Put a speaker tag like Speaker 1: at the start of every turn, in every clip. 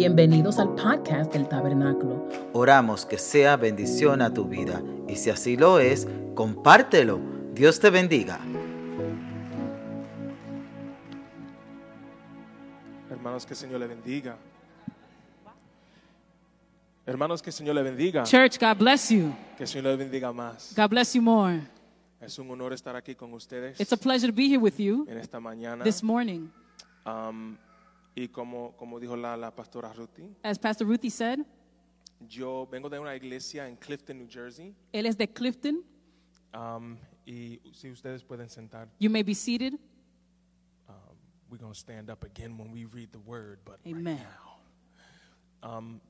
Speaker 1: Bienvenidos al podcast del Tabernáculo.
Speaker 2: Oramos que sea bendición a tu vida y si así lo es, compártelo. Dios te bendiga.
Speaker 3: Hermanos, que el Señor le bendiga. Hermanos, que el Señor le bendiga.
Speaker 4: Church, God bless you.
Speaker 3: Que el Señor le bendiga más.
Speaker 4: God bless you more.
Speaker 3: Es un honor estar aquí con ustedes
Speaker 4: It's a pleasure to be here with you
Speaker 3: en esta mañana.
Speaker 4: this morning.
Speaker 3: Am, y como, como dijo la, la pastora Ruthie,
Speaker 4: As Pastor Ruthie said,
Speaker 3: yo vengo de una iglesia en Clifton, New Jersey.
Speaker 4: él es de Clifton.
Speaker 3: Am, y si ustedes pueden sentar,
Speaker 4: You may be seated.
Speaker 3: we're going to stand up again when we read the word. But right
Speaker 4: Amen.
Speaker 3: now. Am,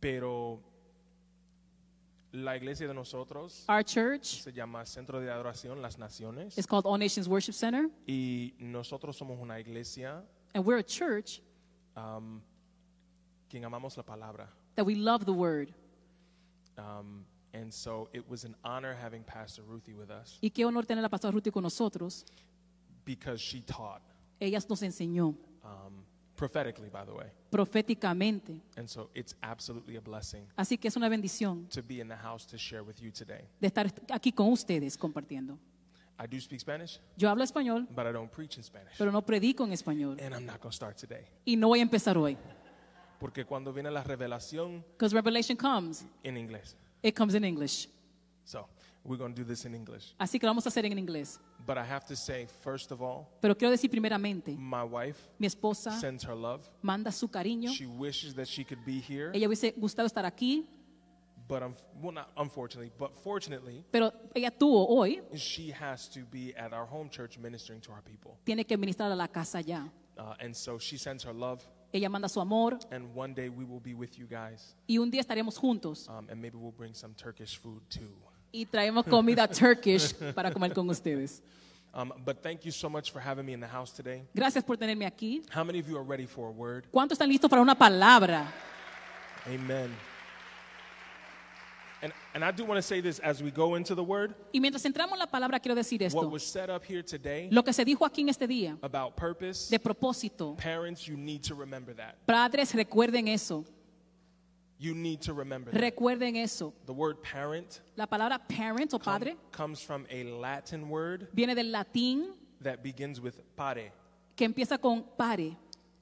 Speaker 3: pero la iglesia de nosotros
Speaker 4: Our church
Speaker 3: se llama Centro de Adoración Las Naciones.
Speaker 4: is called All Nations Worship Center,
Speaker 3: Y nosotros somos una iglesia
Speaker 4: and we're a church
Speaker 3: um, quien amamos la palabra.
Speaker 4: that we love the word.
Speaker 3: Um, and so it was an honor having Pastor Ruthie with us
Speaker 4: Y qué honor tener a Pastor Ruthie con nosotros.
Speaker 3: because she taught
Speaker 4: Ella nos enseñó
Speaker 3: um, prophetically, by the way.
Speaker 4: proféticamente.
Speaker 3: And so it's absolutely a blessing
Speaker 4: Así que es una bendición
Speaker 3: to be in the house to share with you today.
Speaker 4: de estar aquí con ustedes compartiendo.
Speaker 3: I do speak Spanish,
Speaker 4: Yo hablo español,
Speaker 3: but I don't preach in Spanish.
Speaker 4: pero no predico en español.
Speaker 3: And I'm not going to start today.
Speaker 4: Y no voy a empezar hoy.
Speaker 3: Porque cuando viene la revelación
Speaker 4: Because revelation comes,
Speaker 3: en inglés.
Speaker 4: it comes in English.
Speaker 3: So we're going to do this in English.
Speaker 4: Así que lo vamos a hacer en inglés.
Speaker 3: But I have to say, first of all,
Speaker 4: Pero quiero decir primeramente,
Speaker 3: my wife
Speaker 4: mi esposa
Speaker 3: sends her love.
Speaker 4: manda su cariño.
Speaker 3: She wishes that she could be here,
Speaker 4: Ella hubiese gustado estar aquí,
Speaker 3: but um, well, not unfortunately, but fortunately,
Speaker 4: pero ella tuvo hoy,
Speaker 3: she has to be at our home church ministering to our people.
Speaker 4: tiene que ministrar a la casa ya.
Speaker 3: Uh, and so she sends her love,
Speaker 4: Ella manda su amor
Speaker 3: and one day we will be with you guys,
Speaker 4: y un día estaremos juntos
Speaker 3: um, and maybe we'll bring some Turkish food too.
Speaker 4: y traemos comida turkish para comer con ustedes.
Speaker 3: Um, but thank you so much for having me in the house today.
Speaker 4: Gracias por tenerme aquí.
Speaker 3: How many of you are ready for a word?
Speaker 4: ¿Cuántos están listos para una palabra?
Speaker 3: Amen. And, and I do want to say this as we go into the word.
Speaker 4: Y mientras entramos en la palabra, quiero decir
Speaker 3: What
Speaker 4: esto.
Speaker 3: was set up here today
Speaker 4: Lo que se dijo aquí en este día,
Speaker 3: about purpose,
Speaker 4: de propósito,
Speaker 3: parents, you need to remember that.
Speaker 4: padres, recuerden eso.
Speaker 3: You need to remember that.
Speaker 4: Recuerden eso.
Speaker 3: The word parent
Speaker 4: La palabra parent o
Speaker 3: com-
Speaker 4: padre
Speaker 3: comes from a Latin word
Speaker 4: viene del latín
Speaker 3: that begins with pare,
Speaker 4: que empieza con pare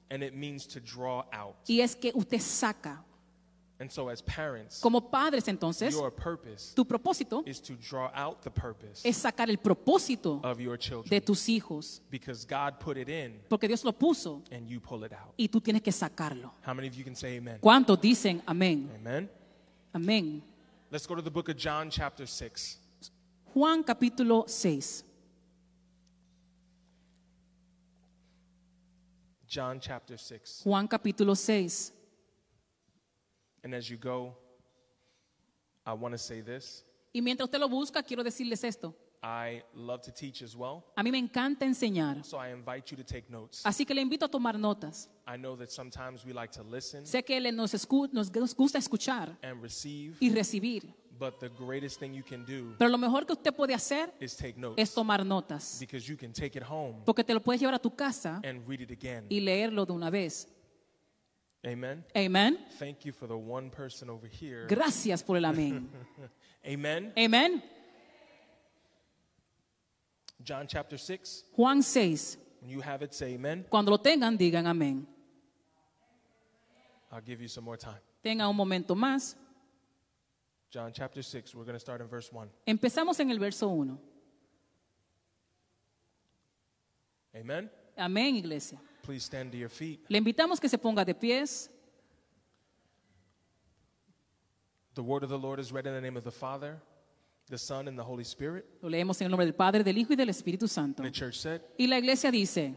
Speaker 3: and it means to draw out.
Speaker 4: y es que usted saca.
Speaker 3: And so, as parents,
Speaker 4: Como padres entonces,
Speaker 3: your purpose
Speaker 4: tu propósito
Speaker 3: is to draw out the purpose
Speaker 4: es sacar el propósito
Speaker 3: of your
Speaker 4: de
Speaker 3: children
Speaker 4: tus hijos,
Speaker 3: because God put it in
Speaker 4: porque Dios lo puso
Speaker 3: and you pull it out.
Speaker 4: y tú tienes que sacarlo.
Speaker 3: How many of you can say amen?
Speaker 4: ¿Cuántos dicen amén?
Speaker 3: Amen.
Speaker 4: Amén.
Speaker 3: Let's go to the book of John, chapter 6.
Speaker 4: Juan capítulo 6.
Speaker 3: John, chapter 6.
Speaker 4: Juan capítulo 6.
Speaker 3: And as you go, I want to say this.
Speaker 4: Y mientras usted lo busca, quiero decirles esto.
Speaker 3: I love to teach as well,
Speaker 4: A mí me encanta enseñar,
Speaker 3: so I invite you to take notes.
Speaker 4: así que le invito a tomar notas.
Speaker 3: I know that sometimes we like to listen
Speaker 4: Sé que le- nos, escu- nos nos gusta escuchar
Speaker 3: and receive,
Speaker 4: y recibir,
Speaker 3: but the greatest thing you can do
Speaker 4: pero lo mejor que usted puede hacer
Speaker 3: is take
Speaker 4: es
Speaker 3: notes
Speaker 4: tomar notas,
Speaker 3: because you can take it home
Speaker 4: porque te lo puedes llevar a tu casa
Speaker 3: and read it again.
Speaker 4: y leerlo de una vez.
Speaker 3: Amen.
Speaker 4: Amén.
Speaker 3: Thank you for the one person over here.
Speaker 4: Gracias por el amén.
Speaker 3: Amen.
Speaker 4: Amén.
Speaker 3: John chapter 6.
Speaker 4: Juan 6.
Speaker 3: When you have it, say amen.
Speaker 4: Cuando lo tengan, digan amén.
Speaker 3: I'll give you some more time.
Speaker 4: Tengan un momento más.
Speaker 3: John chapter 6. We're going to start in verse 1.
Speaker 4: Empezamos en el verso 1.
Speaker 3: Amen.
Speaker 4: Amén, iglesia.
Speaker 3: Please stand to your feet.
Speaker 4: Le invitamos que se ponga de pies.
Speaker 3: The word of the Lord is read in the name of the Father, the Son, and the Holy Spirit.
Speaker 4: Lo leemos en el nombre del Padre, del Hijo y del Espíritu Santo.
Speaker 3: And the church said,
Speaker 4: Y la iglesia dice,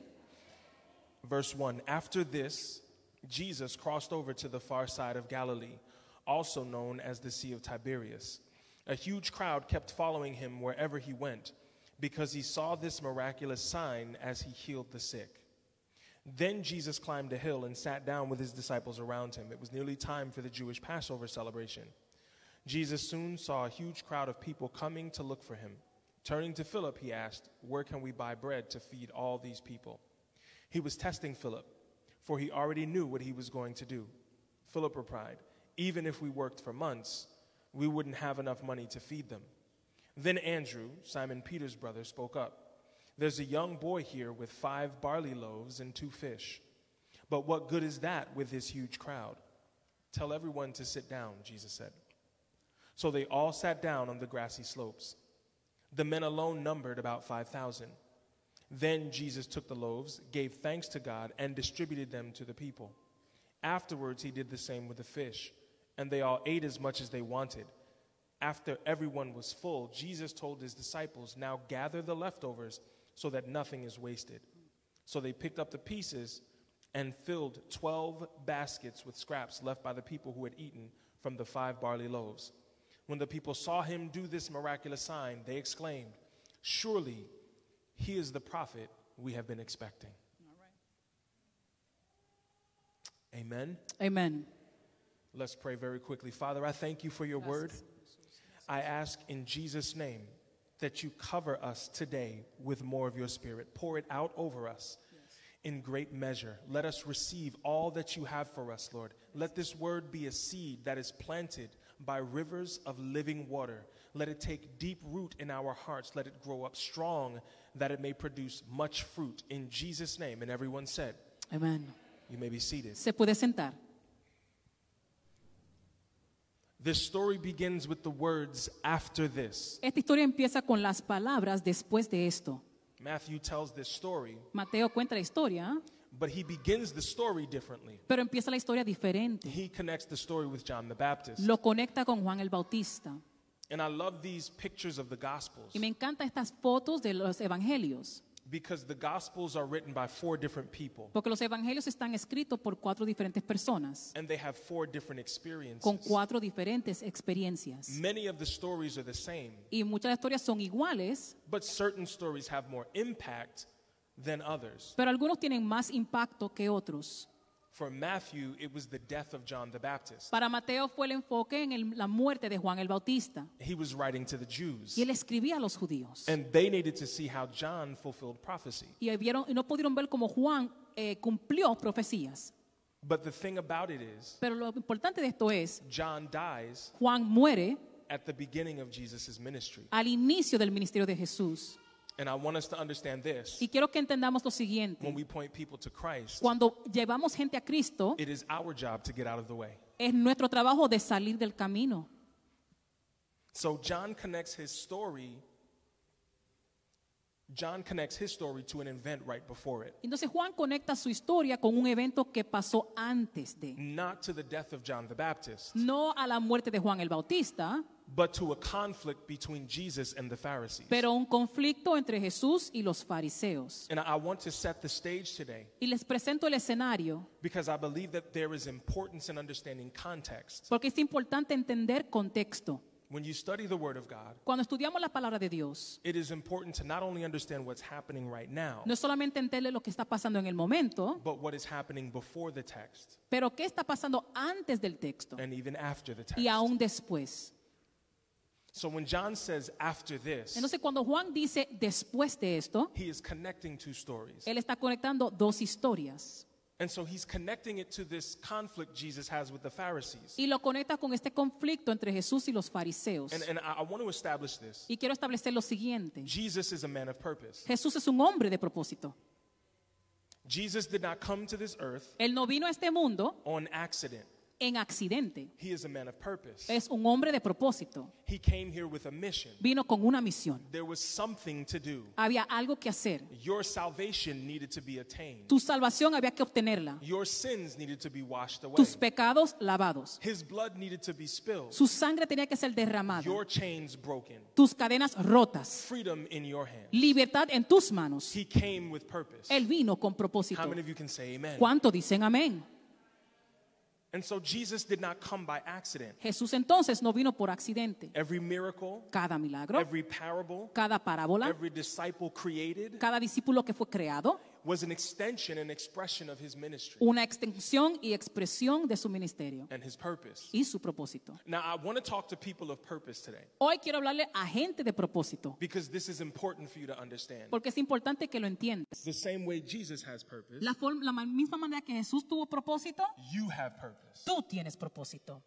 Speaker 3: Verse 1 After this, Jesus crossed over to the far side of Galilee, also known as the Sea of Tiberias. A huge crowd kept following him wherever he went, because he saw this miraculous sign as he healed the sick. Then Jesus climbed a hill and sat down with his disciples around him. It was nearly time for the Jewish Passover celebration. Jesus soon saw a huge crowd of people coming to look for him. Turning to Philip, he asked, Where can we buy bread to feed all these people? He was testing Philip, for he already knew what he was going to do. Philip replied, Even if we worked for months, we wouldn't have enough money to feed them. Then Andrew, Simon Peter's brother, spoke up There's a young boy here with five barley loaves and two fish. But what good is that with this huge crowd? Tell everyone to sit down, Jesus said. So they all sat down on the grassy slopes. The men alone numbered about 5,000. Then Jesus took the loaves, gave thanks to God, and distributed them to the people. Afterwards, he did the same with the fish, and they all ate as much as they wanted. After everyone was full, Jesus told his disciples, Now gather the leftovers so that nothing is wasted. So they picked up the pieces and filled 12 baskets with scraps left by the people who had eaten from the five barley loaves. When the people saw him do this miraculous sign, they exclaimed, Surely he is the prophet we have been expecting. Amen.
Speaker 4: Amen.
Speaker 3: Let's pray very quickly. Father, I thank you for your word. I ask in Jesus' name that you cover us today with more of your spirit. Pour it out over us in great measure. Let us receive all that you have for us, Lord. Let this word be a seed that is planted by rivers of living water. Let it take deep root in our hearts. Let it grow up strong that it may produce much fruit. In Jesus' name. And everyone said,
Speaker 4: Amen.
Speaker 3: You may be seated.
Speaker 4: Se puede sentar.
Speaker 3: This story begins with the words after this.
Speaker 4: Esta historia empieza con las palabras después de esto.
Speaker 3: Matthew tells this story,
Speaker 4: Mateo cuenta la historia, ¿eh?
Speaker 3: but he begins the story differently.
Speaker 4: pero empieza la historia diferente.
Speaker 3: He connects the story with John the Baptist.
Speaker 4: Lo conecta con Juan el Bautista.
Speaker 3: And I love these pictures of the Gospels
Speaker 4: Y me encantan estas fotos de los evangelios,
Speaker 3: because the Gospels are written by four different people
Speaker 4: porque los evangelios están escritos por cuatro diferentes personas,
Speaker 3: and they have four different
Speaker 4: con
Speaker 3: experiences.
Speaker 4: cuatro diferentes experiencias.
Speaker 3: Many of the stories are the same,
Speaker 4: Y muchas de las historias son iguales,
Speaker 3: but certain stories have more impact than others.
Speaker 4: pero algunos tienen más impacto que otros.
Speaker 3: For Matthew, it was the death of John the Baptist.
Speaker 4: Para Mateo fue el enfoque en el- la muerte de Juan el Bautista.
Speaker 3: He was writing to the Jews,
Speaker 4: Y él escribía a los judíos.
Speaker 3: and they needed to see how John fulfilled prophecy.
Speaker 4: Y, ahí vieron, y no pudieron ver cómo Juan eh, cumplió profecías.
Speaker 3: But the thing about it is,
Speaker 4: Pero lo importante de esto es,
Speaker 3: John dies
Speaker 4: Juan muere
Speaker 3: at the beginning of Jesus' ministry.
Speaker 4: al inicio del ministerio de Jesús.
Speaker 3: And I want us to understand this.
Speaker 4: Y quiero que entendamos lo
Speaker 3: When
Speaker 4: siguiente.
Speaker 3: we point people to Christ,
Speaker 4: Cuando llevamos gente a Cristo,
Speaker 3: it is our job to get out of the way.
Speaker 4: es nuestro trabajo de salir del camino.
Speaker 3: So John connects his story. John connects his story to an event right before it,
Speaker 4: Entonces Juan conecta su historia con un evento que pasó antes de,
Speaker 3: not to the death of John the Baptist,
Speaker 4: no a la muerte de Juan el Bautista,
Speaker 3: but to a conflict between Jesus and the Pharisees.
Speaker 4: pero un conflicto entre Jesús y los fariseos.
Speaker 3: And I I want to set the stage today
Speaker 4: Y les presento el escenario
Speaker 3: because I believe that there is importance in understanding context.
Speaker 4: porque es importante entender contexto.
Speaker 3: When you study the Word of God,
Speaker 4: Cuando estudiamos la palabra de Dios,
Speaker 3: it is important to not only understand what's happening right now,
Speaker 4: no es solamente entender lo que está pasando en el momento,
Speaker 3: but what is happening before the text
Speaker 4: pero qué está pasando antes del texto
Speaker 3: and even after the text.
Speaker 4: y aún después.
Speaker 3: So when John says after this,
Speaker 4: Entonces, cuando Juan dice después de esto,
Speaker 3: he is connecting two stories.
Speaker 4: él está conectando dos historias
Speaker 3: And so he's connecting it to this conflict Jesus has with the Pharisees.
Speaker 4: y lo conecta con este conflicto entre Jesús y los fariseos.
Speaker 3: And, and I, I want to establish this
Speaker 4: Y quiero establecer lo siguiente.
Speaker 3: Jesus is a man of purpose.
Speaker 4: Jesús es un hombre de propósito.
Speaker 3: Jesus did not come to this earth
Speaker 4: Él no vino a este mundo
Speaker 3: on accident,
Speaker 4: en accidente.
Speaker 3: he is a man of purpose.
Speaker 4: Es un hombre de propósito.
Speaker 3: He came here with a mission,
Speaker 4: Vino con una misión.
Speaker 3: there was something to do.
Speaker 4: Había algo que hacer.
Speaker 3: Your salvation needed to be attained.
Speaker 4: Tu salvación había que obtenerla.
Speaker 3: Your sins needed to be washed away.
Speaker 4: Tus pecados lavados.
Speaker 3: His blood needed to be spilled.
Speaker 4: Su sangre tenía que ser derramada.
Speaker 3: Your chains broken.
Speaker 4: Tus cadenas rotas.
Speaker 3: Freedom in your hand.
Speaker 4: Libertad en tus manos.
Speaker 3: He came with purpose.
Speaker 4: Él vino con
Speaker 3: How
Speaker 4: propósito.
Speaker 3: many of you can say amen?
Speaker 4: ¿Cuánto dicen amén?
Speaker 3: And so Jesus did not come by accident.
Speaker 4: Jesús entonces no vino por accidente.
Speaker 3: Every miracle,
Speaker 4: Cada milagro,
Speaker 3: every parable,
Speaker 4: cada parábola,
Speaker 3: every disciple created
Speaker 4: cada discípulo que fue creado,
Speaker 3: was an extension and expression of his ministry
Speaker 4: una extensión y expresión de su ministerio
Speaker 3: and his purpose.
Speaker 4: y su propósito.
Speaker 3: Now, I want to talk to people of purpose today
Speaker 4: Hoy quiero hablarle a gente de propósito,
Speaker 3: because this is important for you to understand.
Speaker 4: porque es importante que lo entiendas.
Speaker 3: The same way Jesus has purpose,
Speaker 4: La, forma- la ma- misma manera que Jesús tuvo propósito,
Speaker 3: you have purpose.
Speaker 4: tú tienes propósito.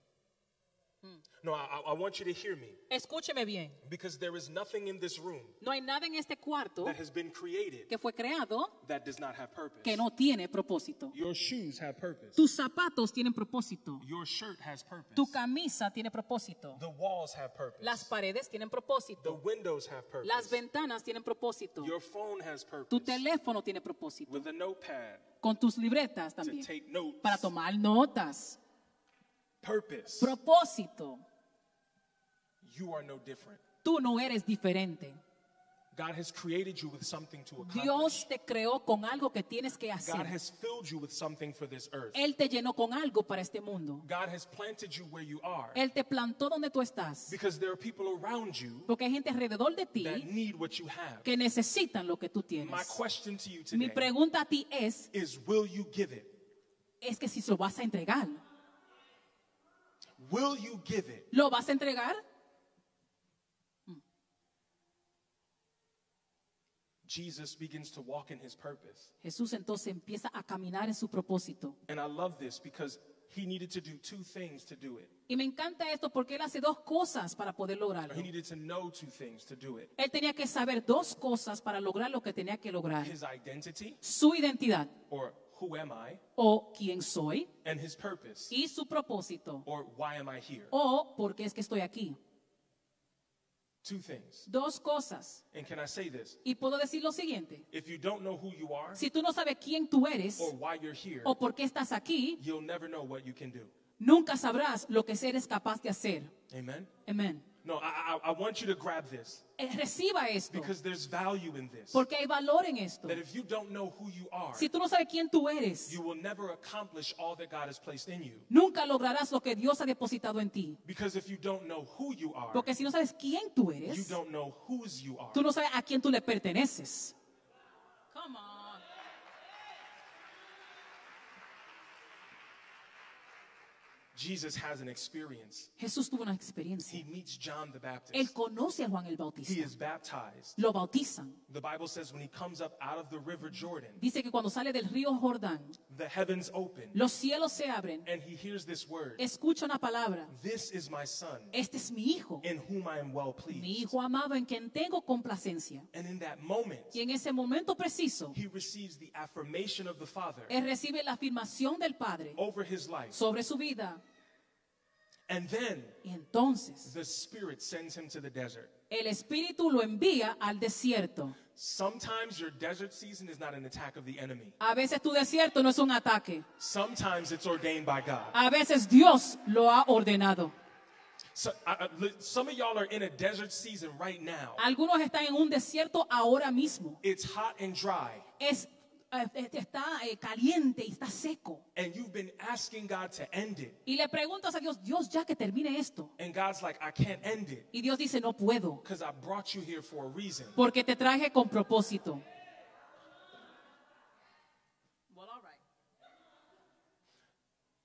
Speaker 3: No, I, I- I want you to hear me
Speaker 4: Escúcheme bien,
Speaker 3: because there is nothing in this room
Speaker 4: no hay nada en este cuarto
Speaker 3: that has been created
Speaker 4: que fue creado
Speaker 3: that does not have purpose.
Speaker 4: que no tiene propósito.
Speaker 3: Your shoes have purpose.
Speaker 4: Tus zapatos tienen propósito,
Speaker 3: Your shirt has purpose.
Speaker 4: tu camisa tiene propósito,
Speaker 3: The walls have purpose.
Speaker 4: las paredes tienen
Speaker 3: the
Speaker 4: propósito,
Speaker 3: windows have purpose.
Speaker 4: las ventanas tienen propósito,
Speaker 3: Your phone has purpose.
Speaker 4: tu teléfono tiene propósito,
Speaker 3: With a notepad
Speaker 4: con tus libretas
Speaker 3: to
Speaker 4: también,
Speaker 3: take notes.
Speaker 4: para tomar notas.
Speaker 3: Purpose.
Speaker 4: Propósito,
Speaker 3: you are no different.
Speaker 4: tú no eres diferente.
Speaker 3: God has created you with something to accomplish.
Speaker 4: Dios te creó con algo que tienes que
Speaker 3: God
Speaker 4: hacer.
Speaker 3: has filled you with something for this earth.
Speaker 4: Él te llenó con algo para este mundo.
Speaker 3: God has planted you where you are.
Speaker 4: Él te plantó donde tú estás.
Speaker 3: Because there are people around you
Speaker 4: Porque hay gente alrededor de ti
Speaker 3: that need what you have.
Speaker 4: que necesitan lo que tú
Speaker 3: My
Speaker 4: tienes.
Speaker 3: question to you
Speaker 4: Mi
Speaker 3: today
Speaker 4: pregunta a ti es,
Speaker 3: is will you give it?
Speaker 4: es que si lo vas a entregar,
Speaker 3: Will you give it?
Speaker 4: ¿lo vas a entregar?
Speaker 3: Jesus begins to walk in his purpose.
Speaker 4: Jesús entonces empieza a caminar en su propósito.
Speaker 3: And I love this because he needed to do two things to do it.
Speaker 4: Y me encanta esto porque él hace dos cosas para poder
Speaker 3: He
Speaker 4: lograrlo.
Speaker 3: needed to know two things to do it.
Speaker 4: Él tenía que saber dos cosas para lograr lo que tenía que lograr.
Speaker 3: His identity
Speaker 4: Su identidad
Speaker 3: or who am I?
Speaker 4: o quién soy
Speaker 3: And his purpose
Speaker 4: y su propósito
Speaker 3: or why am I here?
Speaker 4: o por qué es que estoy aquí.
Speaker 3: Two things.
Speaker 4: Dos cosas.
Speaker 3: And can I say this?
Speaker 4: Y puedo decir lo siguiente.
Speaker 3: If you don't know who you are
Speaker 4: Si tú no sabes quién tú eres
Speaker 3: or why you're here,
Speaker 4: o por qué estás aquí,
Speaker 3: you'll never know what you can do.
Speaker 4: nunca sabrás lo que eres capaz de hacer.
Speaker 3: Amen?
Speaker 4: Amén.
Speaker 3: No, I, I, I want you to grab this
Speaker 4: Eh, Reciba esto.
Speaker 3: because there's value in this.
Speaker 4: Porque hay valor en esto.
Speaker 3: That if you don't know who you are,
Speaker 4: Si tú no sabes quién tú eres,
Speaker 3: you will never accomplish all that God has placed in you.
Speaker 4: nunca lograrás lo que Dios ha depositado en ti.
Speaker 3: Because if you don't know who you are,
Speaker 4: Porque si no sabes quién tú
Speaker 3: you
Speaker 4: eres,
Speaker 3: don't know whose you are.
Speaker 4: tú no sabes a quién tú le perteneces. Come on.
Speaker 3: Jesus has an experience.
Speaker 4: Jesús tuvo una experiencia.
Speaker 3: He meets John the
Speaker 4: Él
Speaker 3: Baptist.
Speaker 4: conoce a Juan el
Speaker 3: He
Speaker 4: Bautista.
Speaker 3: is baptized.
Speaker 4: Lo bautizan.
Speaker 3: The Bible says when he comes up out of the river Jordan,
Speaker 4: Dice que cuando sale del río Jordán,
Speaker 3: the heavens open
Speaker 4: los cielos se abren.
Speaker 3: and he hears this word
Speaker 4: Escucha una palabra.
Speaker 3: This is my son,
Speaker 4: Este es mi hijo,
Speaker 3: in whom I am well
Speaker 4: mi
Speaker 3: pleased.
Speaker 4: hijo amado en quien tengo complacencia.
Speaker 3: And in that moment,
Speaker 4: Y en ese momento preciso,
Speaker 3: he receives the affirmation of the Father
Speaker 4: él recibe la afirmación del Padre
Speaker 3: over his life.
Speaker 4: sobre su vida.
Speaker 3: And then
Speaker 4: Y entonces
Speaker 3: the Spirit sends him to the desert.
Speaker 4: el Espíritu lo envía al desierto.
Speaker 3: Sometimes your desert season is not an attack of the enemy.
Speaker 4: A veces tu desierto no es un ataque.
Speaker 3: Sometimes it's ordained by God.
Speaker 4: A veces Dios lo ha ordenado.
Speaker 3: So, I- I- li- some of y'all are in a desert season right now.
Speaker 4: Algunos están en un desierto ahora mismo.
Speaker 3: It's hot and dry,
Speaker 4: Es, eh, eh, está eh, caliente y está seco.
Speaker 3: and you've been asking God to end it.
Speaker 4: Y le preguntas a Dios, Dios, ya que termine esto.
Speaker 3: And God's like, I can't end it
Speaker 4: Y Dios dice, no puedo,
Speaker 3: because I brought you here for a reason.
Speaker 4: porque te traje con propósito.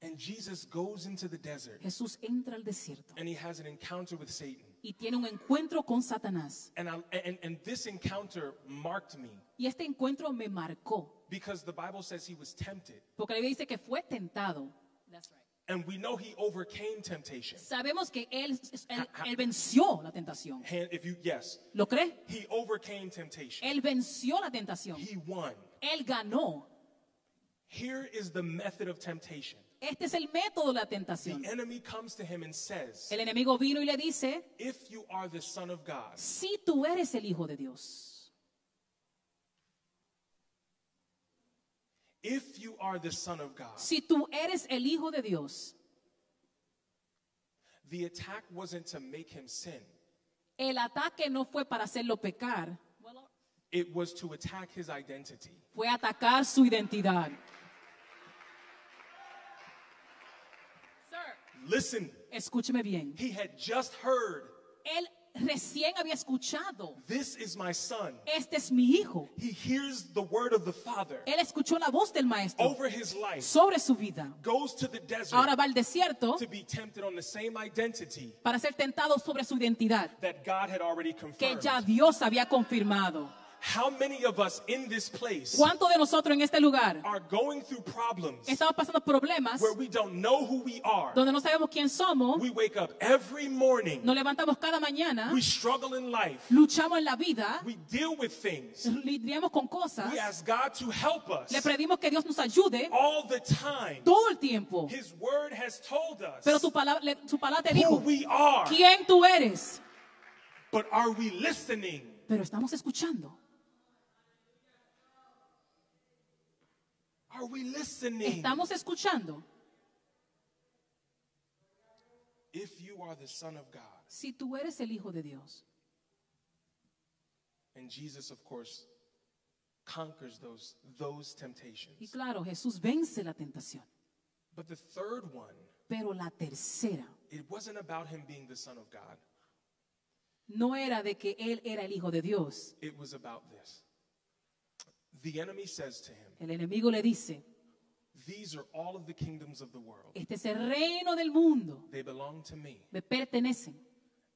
Speaker 3: And Jesus goes into the desert
Speaker 4: Jesús entra al desierto
Speaker 3: and he has an encounter with Satan.
Speaker 4: y tiene un encuentro con Satanás.
Speaker 3: And, I, and, and this encounter marked me
Speaker 4: Y este encuentro me marcó,
Speaker 3: because the Bible says he was tempted.
Speaker 4: porque la Biblia dice que fue tentado.
Speaker 3: And we know he overcame temptation.
Speaker 4: Sabemos que él, él- él venció la tentación.
Speaker 3: Hand, if you, yes,
Speaker 4: ¿Lo cree?
Speaker 3: he overcame temptation.
Speaker 4: Él venció la tentación.
Speaker 3: He won.
Speaker 4: Él ganó.
Speaker 3: Here is the method of temptation.
Speaker 4: Este es el método de la
Speaker 3: The
Speaker 4: tentación.
Speaker 3: enemy comes to him and says,
Speaker 4: El enemigo vino y le dice,
Speaker 3: If you are the Son of God,
Speaker 4: si tú eres el Hijo de Dios,
Speaker 3: if you are the Son of God,
Speaker 4: si tú eres el Hijo de Dios,
Speaker 3: the attack wasn't to make him sin,
Speaker 4: el ataque no fue para hacerlo pecar,
Speaker 3: it was to attack his identity.
Speaker 4: fue atacar su identidad.
Speaker 3: Listen,
Speaker 4: Escúcheme bien.
Speaker 3: he had just heard
Speaker 4: Él recién había escuchado,
Speaker 3: This is my son.
Speaker 4: este es mi hijo.
Speaker 3: He hears the word of the Father
Speaker 4: Él escuchó la voz del maestro
Speaker 3: over his life,
Speaker 4: sobre su vida.
Speaker 3: goes to the desert
Speaker 4: Ahora va al desierto
Speaker 3: to be tempted on the same identity
Speaker 4: para ser tentado sobre su identidad,
Speaker 3: that God had already
Speaker 4: que
Speaker 3: confirmed.
Speaker 4: ya Dios había confirmado.
Speaker 3: How many of us in this place
Speaker 4: ¿Cuántos de nosotros en este lugar
Speaker 3: are going through problems
Speaker 4: estamos pasando problemas
Speaker 3: where we don't know who we are?
Speaker 4: donde no sabemos quién somos?
Speaker 3: We wake up every morning,
Speaker 4: Nos levantamos cada mañana,
Speaker 3: we struggle in life,
Speaker 4: luchamos en la vida,
Speaker 3: we deal with things,
Speaker 4: lidiamos con cosas,
Speaker 3: we ask Oh, God to help us
Speaker 4: le pedimos que Dios nos ayude
Speaker 3: all the time.
Speaker 4: todo el tiempo.
Speaker 3: His word has told us
Speaker 4: Pero tu palabra, le- su palabra te
Speaker 3: who
Speaker 4: dijo,
Speaker 3: we are,
Speaker 4: ¿quién tú eres?
Speaker 3: but are we listening?
Speaker 4: Pero estamos escuchando.
Speaker 3: Are we listening?
Speaker 4: Estamos escuchando.
Speaker 3: If you are the Son of God,
Speaker 4: Si tú eres el Hijo de Dios.
Speaker 3: and Jesus, of course, conquers those, those
Speaker 4: Y
Speaker 3: temptations.
Speaker 4: claro, Jesús vence la tentación.
Speaker 3: But the third one,
Speaker 4: Pero la tercera
Speaker 3: it wasn't about him being the Son of God,
Speaker 4: no era de que Él era el Hijo de Dios.
Speaker 3: it was about this. The enemy says to him,
Speaker 4: El enemigo le dice,
Speaker 3: These are all of the kingdoms of the world.
Speaker 4: este es el reino del mundo,
Speaker 3: They belong to me.
Speaker 4: me pertenecen,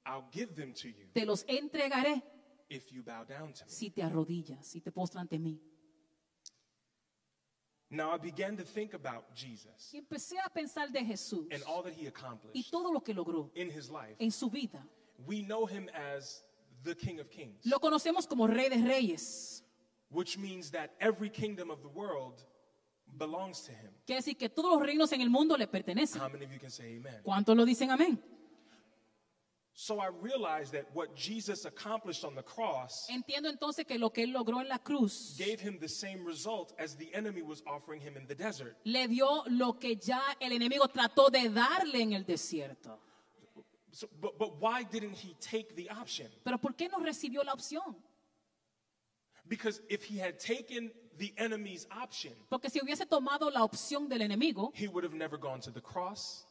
Speaker 3: I'll give them to you
Speaker 4: te los entregaré
Speaker 3: if you bow down to me.
Speaker 4: si te arrodillas, si te postras ante mí.
Speaker 3: Now I began to think about Jesus
Speaker 4: Y empecé a pensar de Jesús
Speaker 3: and all that he
Speaker 4: y
Speaker 3: accomplished
Speaker 4: todo lo que logró
Speaker 3: in his life.
Speaker 4: en su vida.
Speaker 3: We know him as the King of Kings,
Speaker 4: Lo conocemos como Rey de Reyes.
Speaker 3: which means that every kingdom of the world belongs to him.
Speaker 4: Quiere decir que todos los reinos en el mundo le pertenecen.
Speaker 3: How many of you can say amen?
Speaker 4: ¿Cuántos lo dicen amén?
Speaker 3: So I realized that what Jesus accomplished on the cross
Speaker 4: Entiendo entonces que lo que él logró en la cruz
Speaker 3: gave him the same result as the enemy was offering him in the desert.
Speaker 4: le dio lo que ya el enemigo trató de darle en el desierto.
Speaker 3: So, but, but why didn't he take the option?
Speaker 4: Pero ¿por qué no recibió la opción?
Speaker 3: Because if he had taken the enemy's option,
Speaker 4: Porque si hubiese tomado la opción del enemigo,
Speaker 3: he would have never gone to the cross.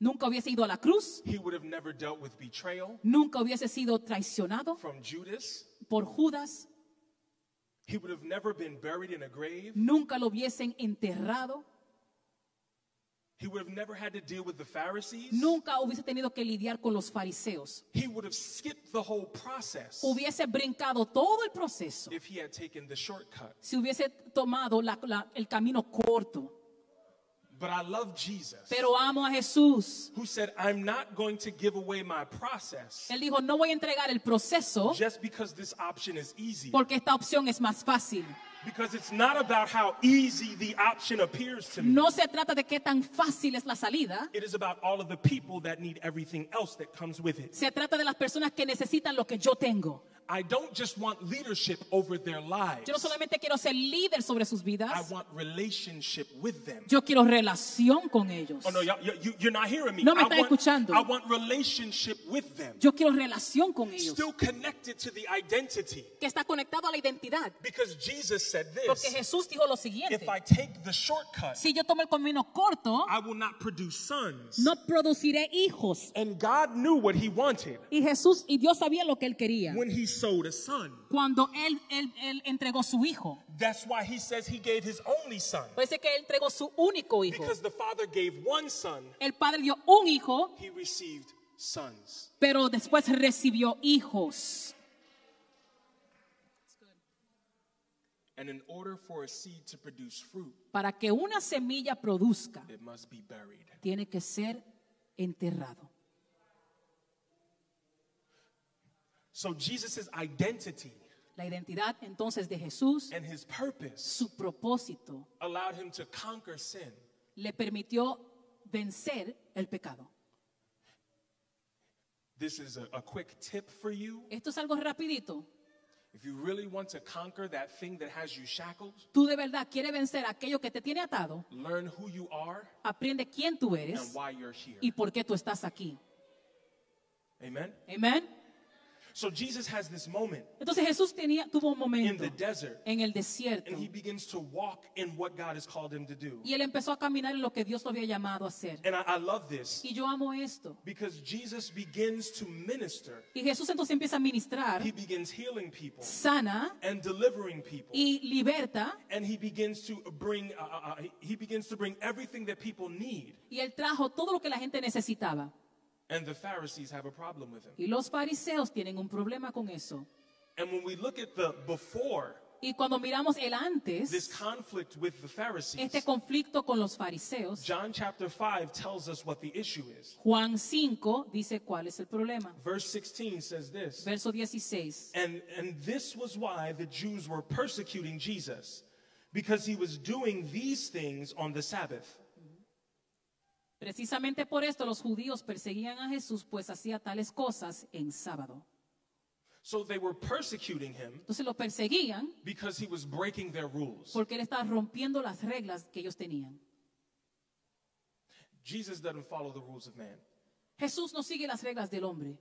Speaker 4: nunca hubiese ido a la cruz,
Speaker 3: He would have never dealt with betrayal
Speaker 4: nunca hubiese sido traicionado
Speaker 3: from Judas.
Speaker 4: por Judas,
Speaker 3: He would have never been buried in a grave.
Speaker 4: nunca lo hubiesen enterrado,
Speaker 3: He would have never had to deal with the Pharisees.
Speaker 4: nunca hubiese tenido que lidiar con los fariseos.
Speaker 3: He would have skipped the whole process
Speaker 4: Hubiese brincado todo el proceso
Speaker 3: if he had taken the shortcut.
Speaker 4: si hubiese tomado la- la- el camino corto.
Speaker 3: But I love Jesus,
Speaker 4: Pero amo a Jesús.
Speaker 3: who said, I'm not going to give away my process
Speaker 4: Él dijo, no voy a entregar el proceso
Speaker 3: just because this option is easy.
Speaker 4: porque esta opción es más fácil.
Speaker 3: Because it's not about how easy the option appears to me.
Speaker 4: No se trata de qué tan fácil es la salida,
Speaker 3: It is about all of the people that need everything else that comes with it.
Speaker 4: se trata de las personas que necesitan lo que yo tengo.
Speaker 3: I don't just want leadership over their lives.
Speaker 4: Yo no solamente quiero ser líder sobre sus
Speaker 3: I
Speaker 4: vidas,
Speaker 3: want relationship with them.
Speaker 4: yo quiero relación con ellos.
Speaker 3: Oh no, y'all, y- you, you're not hearing me.
Speaker 4: No me
Speaker 3: I
Speaker 4: está
Speaker 3: want,
Speaker 4: escuchando.
Speaker 3: I want relationship with them.
Speaker 4: Yo quiero relación con ellos,
Speaker 3: Still connected to the identity.
Speaker 4: que está conectado a la identidad.
Speaker 3: Because Jesus said
Speaker 4: Porque
Speaker 3: this.
Speaker 4: Jesús dijo lo
Speaker 3: If
Speaker 4: siguiente,
Speaker 3: I take the shortcut,
Speaker 4: si yo tomo el camino corto,
Speaker 3: I will not produce sons.
Speaker 4: no produciré hijos.
Speaker 3: And God knew what he wanted
Speaker 4: Y Jesús y Dios sabía lo que él quería.
Speaker 3: when he sowed a son.
Speaker 4: Cuando él, él, él entregó su hijo,
Speaker 3: That's why he says he gave his only son.
Speaker 4: parece que él entregó su único hijo.
Speaker 3: Because the father gave one son,
Speaker 4: El padre dio un hijo,
Speaker 3: he received sons.
Speaker 4: pero después recibió hijos.
Speaker 3: And in order for a seed to produce fruit,
Speaker 4: Para que una semilla produzca,
Speaker 3: it must be buried.
Speaker 4: tiene que ser enterrado.
Speaker 3: So Jesus' identity
Speaker 4: La identidad entonces de Jesús,
Speaker 3: and his purpose
Speaker 4: su propósito,
Speaker 3: allowed him to conquer sin.
Speaker 4: le permitió vencer el pecado.
Speaker 3: This is a, a quick tip for you.
Speaker 4: Esto es algo rapidito.
Speaker 3: If you really want to conquer that thing that has you shackled,
Speaker 4: Tú de verdad quieres vencer aquello que te tiene atado,
Speaker 3: learn who you are
Speaker 4: aprende quién tú
Speaker 3: and
Speaker 4: eres
Speaker 3: why you're here.
Speaker 4: y por qué tú estás aquí.
Speaker 3: Amen?
Speaker 4: Amén.
Speaker 3: So Jesus has this moment
Speaker 4: Entonces Jesús tenía, tuvo un
Speaker 3: in
Speaker 4: momento
Speaker 3: the desert
Speaker 4: en el desierto
Speaker 3: and he begins to walk in what God has called him to do.
Speaker 4: y él empezó a caminar en lo que Dios lo había llamado a hacer.
Speaker 3: And I, I love this
Speaker 4: Y yo amo esto.
Speaker 3: because Jesus begins to minister.
Speaker 4: Y Jesús entonces empieza a ministrar,
Speaker 3: He begins healing people
Speaker 4: sana
Speaker 3: and delivering people.
Speaker 4: y liberta
Speaker 3: And he begins to bring uh, uh, uh, he begins to bring everything that people need.
Speaker 4: y él trajo todo lo que la gente necesitaba.
Speaker 3: And the Pharisees have a problem with him.
Speaker 4: Y los fariseos tienen un problema con eso.
Speaker 3: And when we look at the before
Speaker 4: Y cuando miramos el
Speaker 3: this
Speaker 4: antes,
Speaker 3: conflict with the Pharisees,
Speaker 4: este conflicto con los fariseos,
Speaker 3: John chapter 5 tells us what the issue is.
Speaker 4: Juan 5 dice cuál es el problema.
Speaker 3: Verse 16 says this.
Speaker 4: Verso 16.
Speaker 3: And, and this was why the Jews were persecuting Jesus, because he was doing these things on the Sabbath.
Speaker 4: Precisamente por esto los judíos perseguían a Jesús, pues hacía tales cosas en sábado.
Speaker 3: So they were persecuting him
Speaker 4: Entonces lo perseguían
Speaker 3: because he was breaking their rules.
Speaker 4: porque él estaba rompiendo las reglas que ellos tenían.
Speaker 3: Jesus doesn't follow the rules of man.
Speaker 4: Jesús no sigue las reglas del hombre.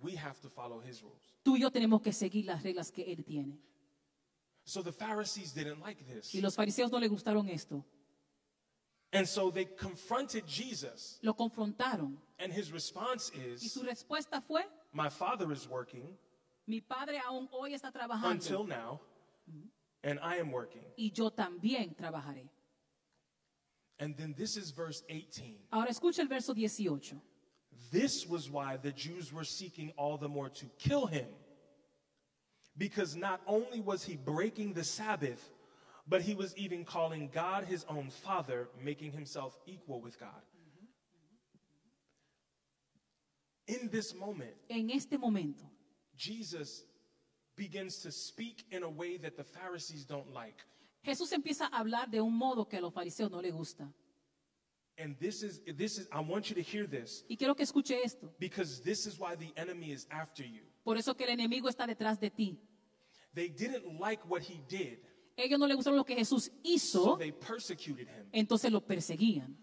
Speaker 3: We have to follow his rules.
Speaker 4: Tú y yo tenemos que seguir las reglas que él tiene.
Speaker 3: So the Pharisees didn't like this.
Speaker 4: Y los fariseos no le gustaron esto.
Speaker 3: And so they confronted Jesus,
Speaker 4: Lo confrontaron.
Speaker 3: and his response
Speaker 4: Y
Speaker 3: is,
Speaker 4: su respuesta fue,
Speaker 3: My father is working
Speaker 4: mi padre aún hoy está
Speaker 3: until
Speaker 4: trabajando
Speaker 3: now, and I am working.
Speaker 4: y yo también trabajaré.
Speaker 3: And then this is verse 18.
Speaker 4: Ahora escucha el verso 18.
Speaker 3: This was why the Jews were seeking all the more to kill him. Because not only was he breaking the Sabbath, but he was even calling God his own father, making himself equal with God. In this moment,
Speaker 4: En este momento,
Speaker 3: Jesus begins to speak in a way that the Pharisees don't like.
Speaker 4: Jesús empieza a hablar de un modo que a los fariseos no les gusta.
Speaker 3: And this is this is I want you to hear this
Speaker 4: Y quiero que escuche esto.
Speaker 3: because this is why the enemy is after you.
Speaker 4: Por eso que el enemigo está detrás de ti.
Speaker 3: They didn't like what he did.
Speaker 4: Ellos no les gustaron lo que Jesús
Speaker 3: So
Speaker 4: hizo,
Speaker 3: they persecuted him.
Speaker 4: entonces lo perseguían.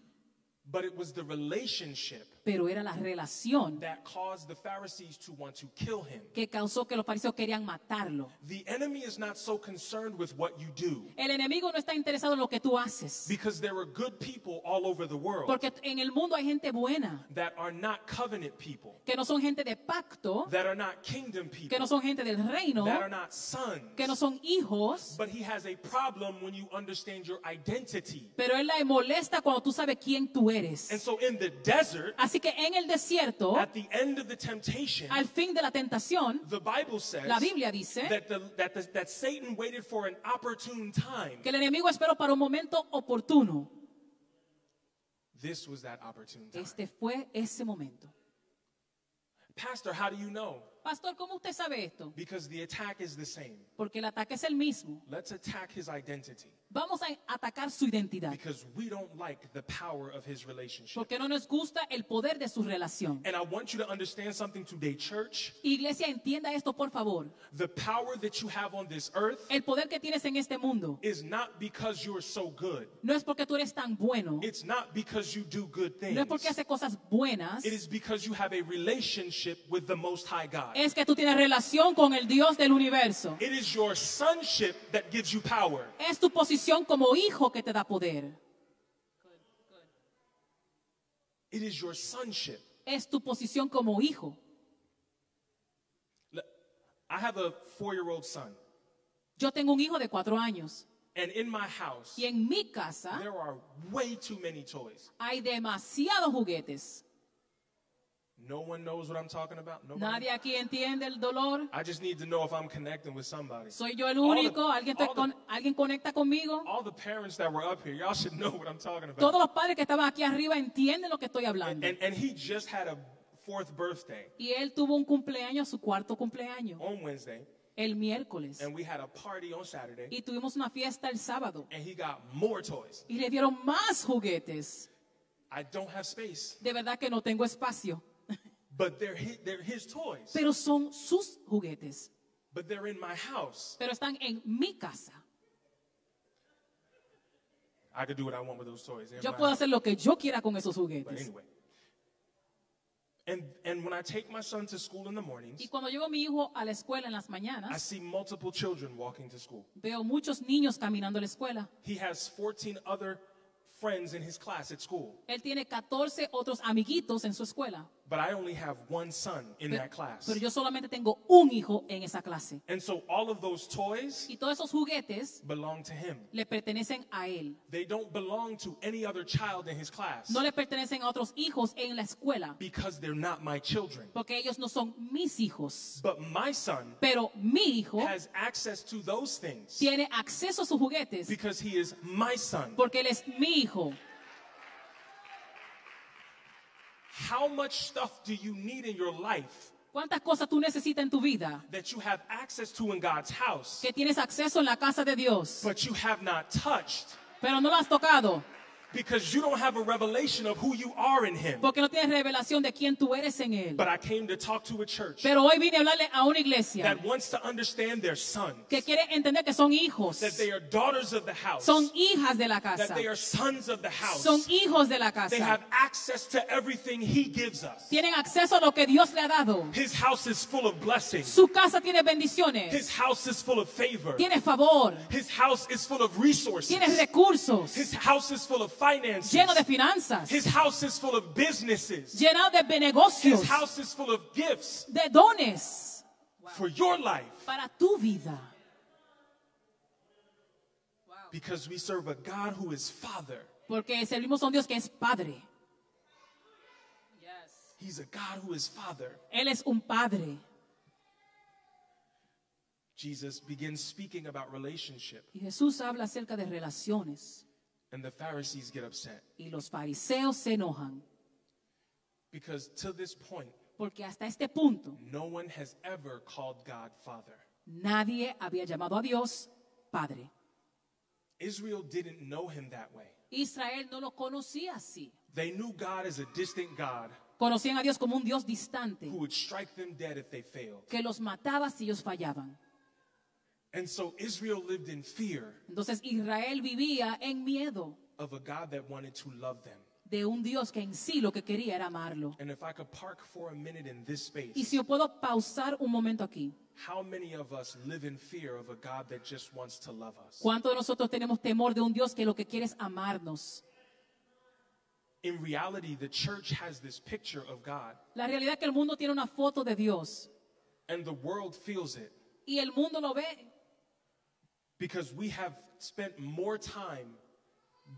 Speaker 3: But it was the relationship
Speaker 4: Pero era la relación
Speaker 3: that caused the Pharisees to want to kill him.
Speaker 4: que causó que los fariseos querían matarlo.
Speaker 3: The enemy is not so concerned with what you do
Speaker 4: El enemigo no está interesado en lo que tú haces,
Speaker 3: because there are good people all over the world
Speaker 4: porque en el mundo hay gente buena,
Speaker 3: that are not covenant people,
Speaker 4: que no son gente de pacto,
Speaker 3: that are not kingdom
Speaker 4: que
Speaker 3: people,
Speaker 4: no son gente del reino,
Speaker 3: that are not sons.
Speaker 4: que no son hijos,
Speaker 3: But he has a problem when you understand your identity.
Speaker 4: pero él la molesta cuando tú sabes quién tú
Speaker 3: And
Speaker 4: eres.
Speaker 3: so in the desert,
Speaker 4: Así que en el desierto,
Speaker 3: at the end of the temptation,
Speaker 4: al fin de la tentación,
Speaker 3: the Bible says
Speaker 4: la Biblia dice
Speaker 3: that, the, that, the, that Satan waited for an opportune time.
Speaker 4: que el enemigo esperó para un momento oportuno.
Speaker 3: This was that opportune time.
Speaker 4: Este fue ese momento.
Speaker 3: Pastor, how do you know?
Speaker 4: Pastor, ¿cómo usted sabe esto?
Speaker 3: Because the attack is the same.
Speaker 4: Porque el ataque es el mismo.
Speaker 3: Let's attack his identity
Speaker 4: Vamos a atacar su identidad.
Speaker 3: because we don't like the power of his relationship.
Speaker 4: Porque no nos gusta el poder de su relación.
Speaker 3: And I want you to understand something today, church.
Speaker 4: Iglesia, entienda esto, por favor.
Speaker 3: The power that you have on this earth
Speaker 4: El poder que tienes en este mundo
Speaker 3: is not because you're so good.
Speaker 4: no es porque tú eres tan bueno,
Speaker 3: It's not because you do good things.
Speaker 4: no es porque haces cosas buenas,
Speaker 3: It is because you have a relationship with the Most High God.
Speaker 4: es que tú tienes relación con el Dios del universo.
Speaker 3: It is your sonship that gives you power.
Speaker 4: Es tu posición como hijo que te da poder.
Speaker 3: It is your sonship.
Speaker 4: Es tu posición como hijo.
Speaker 3: Le- I have a four year old son,
Speaker 4: Yo tengo un hijo de cuatro años
Speaker 3: and in my house,
Speaker 4: y en mi casa
Speaker 3: There are way too many toys.
Speaker 4: hay demasiados juguetes.
Speaker 3: No one knows what I'm talking about. Nobody.
Speaker 4: Nadie aquí entiende el dolor.
Speaker 3: I just need to know if I'm connecting with somebody.
Speaker 4: Soy yo el
Speaker 3: All the-
Speaker 4: único. ¿Alguien, te
Speaker 3: all the-
Speaker 4: con- ¿alguien conecta conmigo?
Speaker 3: All the parents that were up here, y'all should know what I'm talking
Speaker 4: Todos
Speaker 3: about.
Speaker 4: los padres que estaban aquí arriba entienden lo que estoy hablando.
Speaker 3: And, and he just had a fourth birthday
Speaker 4: Y él tuvo un cumpleaños, su cuarto cumpleaños,
Speaker 3: on Wednesday,
Speaker 4: el miércoles.
Speaker 3: and we had a party on Saturday,
Speaker 4: Y tuvimos una fiesta el sábado.
Speaker 3: and he got more toys.
Speaker 4: Y le dieron más juguetes.
Speaker 3: I don't have space,
Speaker 4: De verdad que no tengo espacio.
Speaker 3: but they're his, they're his toys,
Speaker 4: Pero son sus juguetes.
Speaker 3: but they're in my house.
Speaker 4: Pero están en mi casa.
Speaker 3: I could do what I want with those toys. They're in
Speaker 4: Yo
Speaker 3: my
Speaker 4: puedo
Speaker 3: house.
Speaker 4: hacer lo que yo quiera con esos
Speaker 3: But
Speaker 4: juguetes.
Speaker 3: anyway. And, and when I take my son to school in the mornings,
Speaker 4: Y cuando llevo a mi hijo a la escuela en las mañanas,
Speaker 3: I see multiple children walking to school.
Speaker 4: Veo muchos niños caminando a la escuela.
Speaker 3: He has 14 other friends in his class at school,
Speaker 4: Él tiene 14 otros amiguitos en su escuela.
Speaker 3: but I only have one son in that class.
Speaker 4: Pero yo solamente tengo un hijo en esa clase.
Speaker 3: And so all of those toys
Speaker 4: Y todos esos juguetes
Speaker 3: belong to him.
Speaker 4: le pertenecen a él.
Speaker 3: They don't belong to any other child in his class
Speaker 4: No le pertenecen a otros hijos en la escuela.
Speaker 3: because they're not my children.
Speaker 4: Porque ellos no son mis hijos.
Speaker 3: But my son
Speaker 4: Pero mi hijo
Speaker 3: has access to those things
Speaker 4: tiene acceso a sus juguetes.
Speaker 3: because he is my son.
Speaker 4: Porque él es mi hijo.
Speaker 3: How much stuff do you need in your life
Speaker 4: ¿Cuántas cosas tú necesitas en tu vida?
Speaker 3: that you have access to in God's house,
Speaker 4: Que tienes acceso en la casa de Dios.
Speaker 3: but you have not touched
Speaker 4: Pero no lo has tocado.
Speaker 3: because you don't have a revelation of who you are in Him?
Speaker 4: Porque no tienes revelación de quién tú eres en él.
Speaker 3: But I came to talk to a church
Speaker 4: Pero hoy vine a hablarle a una iglesia
Speaker 3: that wants to understand their sons,
Speaker 4: que quiere entender que son hijos,
Speaker 3: that they are daughters of the house,
Speaker 4: son hijas de la
Speaker 3: that
Speaker 4: casa,
Speaker 3: they are sons of the house.
Speaker 4: son hijos de la
Speaker 3: They have
Speaker 4: casa,
Speaker 3: access to everything He gives us.
Speaker 4: tienen acceso a lo que Dios le ha dado.
Speaker 3: His house is full of blessings.
Speaker 4: Su casa tiene
Speaker 3: His
Speaker 4: bendiciones,
Speaker 3: house is full of favor.
Speaker 4: tiene favor,
Speaker 3: His house is full of resources.
Speaker 4: tiene recursos,
Speaker 3: His house is full of finances.
Speaker 4: lleno de finanzas,
Speaker 3: His house is full of businesses.
Speaker 4: lleno de negocios,
Speaker 3: His house is full of gifts
Speaker 4: de dones
Speaker 3: for your life
Speaker 4: para tu vida.
Speaker 3: because we serve a God who is Father.
Speaker 4: Porque servimos a un Dios que es Padre.
Speaker 3: He's a God who is Father.
Speaker 4: Él es un Padre.
Speaker 3: Jesus begins speaking about relationship,
Speaker 4: Y Jesús habla acerca de relaciones.
Speaker 3: and the Pharisees get upset
Speaker 4: Y los fariseos se enojan.
Speaker 3: because to this point,
Speaker 4: Porque hasta este punto
Speaker 3: no one has ever called God Father.
Speaker 4: nadie había llamado a Dios Padre.
Speaker 3: Israel didn't know him that way.
Speaker 4: Israel no lo conocía así.
Speaker 3: They knew God as a distant God
Speaker 4: Conocían a Dios como un Dios distante
Speaker 3: who would strike them dead if they failed.
Speaker 4: que los mataba si ellos fallaban.
Speaker 3: And so Israel lived in fear
Speaker 4: Entonces Israel vivía en miedo
Speaker 3: of a God that wanted to love them.
Speaker 4: de un Dios que en sí lo que quería era amarlo.
Speaker 3: And if I could park for a minute in this
Speaker 4: Y
Speaker 3: space,
Speaker 4: si yo puedo pausar un momento aquí,
Speaker 3: how many of us live in fear of a God that just wants to love us?
Speaker 4: ¿cuántos de nosotros tenemos temor de un Dios que lo que quiere es amarnos?
Speaker 3: In reality, the church has this picture of God,
Speaker 4: La realidad es que el mundo tiene una foto de Dios
Speaker 3: and the world feels it
Speaker 4: y el mundo lo ve
Speaker 3: because we have spent more time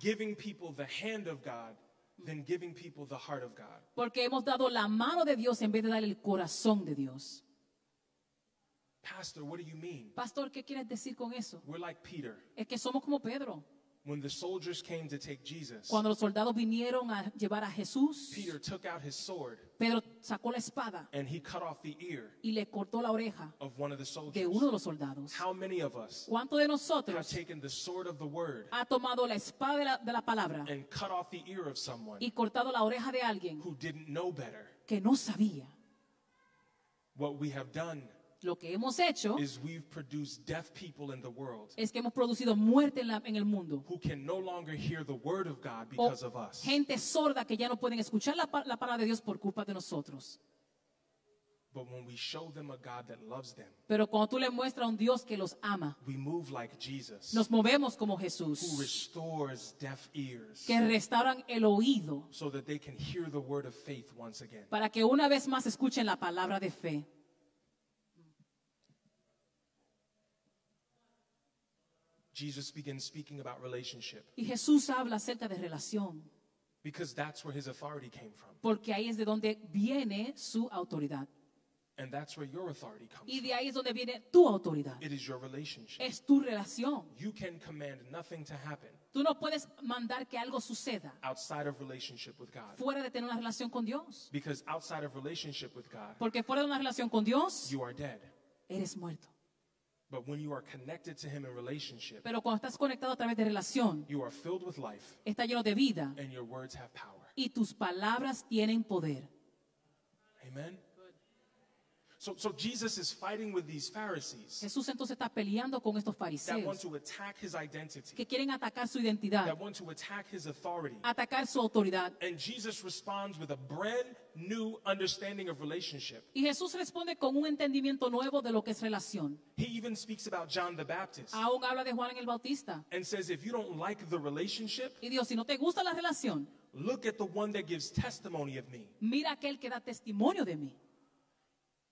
Speaker 3: giving people the hand of God than giving people the heart of God.
Speaker 4: porque hemos dado la mano de Dios en vez de darle el corazón de Dios.
Speaker 3: Pastor, what do you mean?
Speaker 4: Pastor, ¿qué quieres decir con eso?
Speaker 3: We're like Peter.
Speaker 4: Es que somos como Pedro.
Speaker 3: When the soldiers came to take Jesus,
Speaker 4: Cuando los soldados vinieron a llevar a Jesús,
Speaker 3: Peter took out his sword
Speaker 4: Pedro sacó la espada
Speaker 3: and he cut off the ear
Speaker 4: y le cortó la oreja
Speaker 3: of one of the
Speaker 4: de
Speaker 3: soldiers.
Speaker 4: uno de los soldados.
Speaker 3: How many of us
Speaker 4: ¿Cuánto de
Speaker 3: have
Speaker 4: nosotros
Speaker 3: taken the sword of the word
Speaker 4: ha tomado la espada de la, de la palabra
Speaker 3: and cut off the ear of someone
Speaker 4: y cortado la oreja de alguien
Speaker 3: who didn't know better?
Speaker 4: que no sabía?
Speaker 3: What we have done
Speaker 4: Lo que hemos hecho
Speaker 3: is we've produced deaf people in the world
Speaker 4: es que hemos producido muerte en, la- en el mundo.
Speaker 3: who can no longer hear the word of God
Speaker 4: O
Speaker 3: because of us.
Speaker 4: gente sorda que ya no pueden escuchar la, pa- la palabra de Dios por culpa de nosotros.
Speaker 3: But when we show them a God that loves them,
Speaker 4: Pero cuando tú le muestras a un Dios que los ama,
Speaker 3: we move like Jesus,
Speaker 4: nos movemos como
Speaker 3: who
Speaker 4: Jesús.
Speaker 3: restores deaf ears
Speaker 4: que restauran el oído
Speaker 3: so that they can hear the word of faith once again.
Speaker 4: para que una vez más escuchen la palabra de fe.
Speaker 3: Jesus begins speaking about relationship
Speaker 4: Y Jesús habla acerca de relación,
Speaker 3: because that's where his authority came from,
Speaker 4: porque ahí es de donde viene su autoridad.
Speaker 3: and that's where your authority comes
Speaker 4: Y
Speaker 3: from.
Speaker 4: de ahí es donde viene tu autoridad.
Speaker 3: It is your relationship.
Speaker 4: Es tu relación.
Speaker 3: You can command nothing to happen
Speaker 4: Tú no puedes mandar que algo suceda
Speaker 3: outside of relationship with God.
Speaker 4: fuera de tener una relación con Dios.
Speaker 3: Because outside of relationship with God,
Speaker 4: Porque fuera de una relación con Dios,
Speaker 3: you are dead.
Speaker 4: eres muerto.
Speaker 3: But when you are connected to Him in relationship,
Speaker 4: Pero cuando estás conectado a través de relación,
Speaker 3: you are filled with life
Speaker 4: está lleno de vida
Speaker 3: and your words have power.
Speaker 4: y tus palabras tienen poder.
Speaker 3: Amen? So, so Jesus is fighting with these Pharisees
Speaker 4: Jesús entonces está peleando con estos
Speaker 3: that want
Speaker 4: fariseos
Speaker 3: to attack his identity,
Speaker 4: que quieren atacar su identidad,
Speaker 3: that want to attack his authority.
Speaker 4: atacar su autoridad.
Speaker 3: And Jesus responds with a brand new understanding of relationship.
Speaker 4: Y Jesús responde con un entendimiento nuevo de lo que es relación.
Speaker 3: He even speaks about John the Baptist
Speaker 4: Aún habla de Juan el Bautista.
Speaker 3: and says, if you don't like the relationship,
Speaker 4: Y Dios, si no te gusta la relación,
Speaker 3: look at the one that gives testimony of me.
Speaker 4: mira aquel que da testimonio de mí.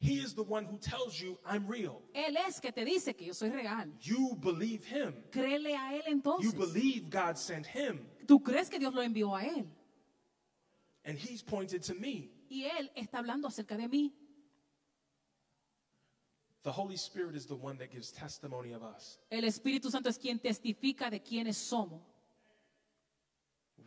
Speaker 3: He is the one who tells you, I'm real.
Speaker 4: Él es que te dice que yo soy real.
Speaker 3: You believe him.
Speaker 4: Créele a él
Speaker 3: You
Speaker 4: entonces.
Speaker 3: believe God sent him.
Speaker 4: Tú crees que Dios lo envió a él.
Speaker 3: And he's pointed to me.
Speaker 4: Y él está hablando acerca de mí.
Speaker 3: The Holy Spirit is the one that gives testimony of us.
Speaker 4: El Espíritu Santo es quien testifica de quiénes somos.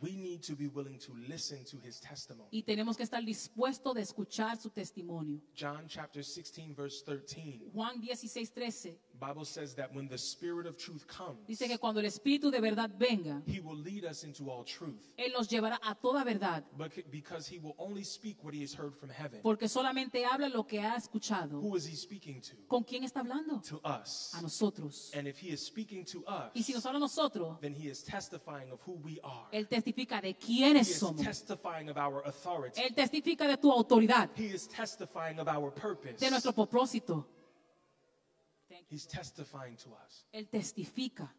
Speaker 3: We need to be willing to listen to his testimony.
Speaker 4: Y tenemos que estar dispuestos de escuchar su testimonio.
Speaker 3: John chapter 16 verse 13.
Speaker 4: Juan 16, 13
Speaker 3: Bible says that when the spirit of truth comes,
Speaker 4: dice que cuando el Espíritu de verdad venga,
Speaker 3: he will lead us into all truth.
Speaker 4: Él nos llevará a toda verdad,
Speaker 3: But c- because he will only speak what he has heard from heaven.
Speaker 4: porque solamente habla lo que ha escuchado.
Speaker 3: Who is he speaking to?
Speaker 4: ¿Con quién está hablando?
Speaker 3: To us.
Speaker 4: A nosotros.
Speaker 3: And if he is speaking to us,
Speaker 4: Y si nos habla a nosotros,
Speaker 3: then he is testifying of who we are.
Speaker 4: Él testifica de
Speaker 3: He
Speaker 4: quiénes
Speaker 3: is
Speaker 4: somos.
Speaker 3: testifying of our authority.
Speaker 4: Él testifica de tu autoridad,
Speaker 3: He is testifying of our purpose.
Speaker 4: de nuestro propósito.
Speaker 3: He's testifying to us.
Speaker 4: Él testifica.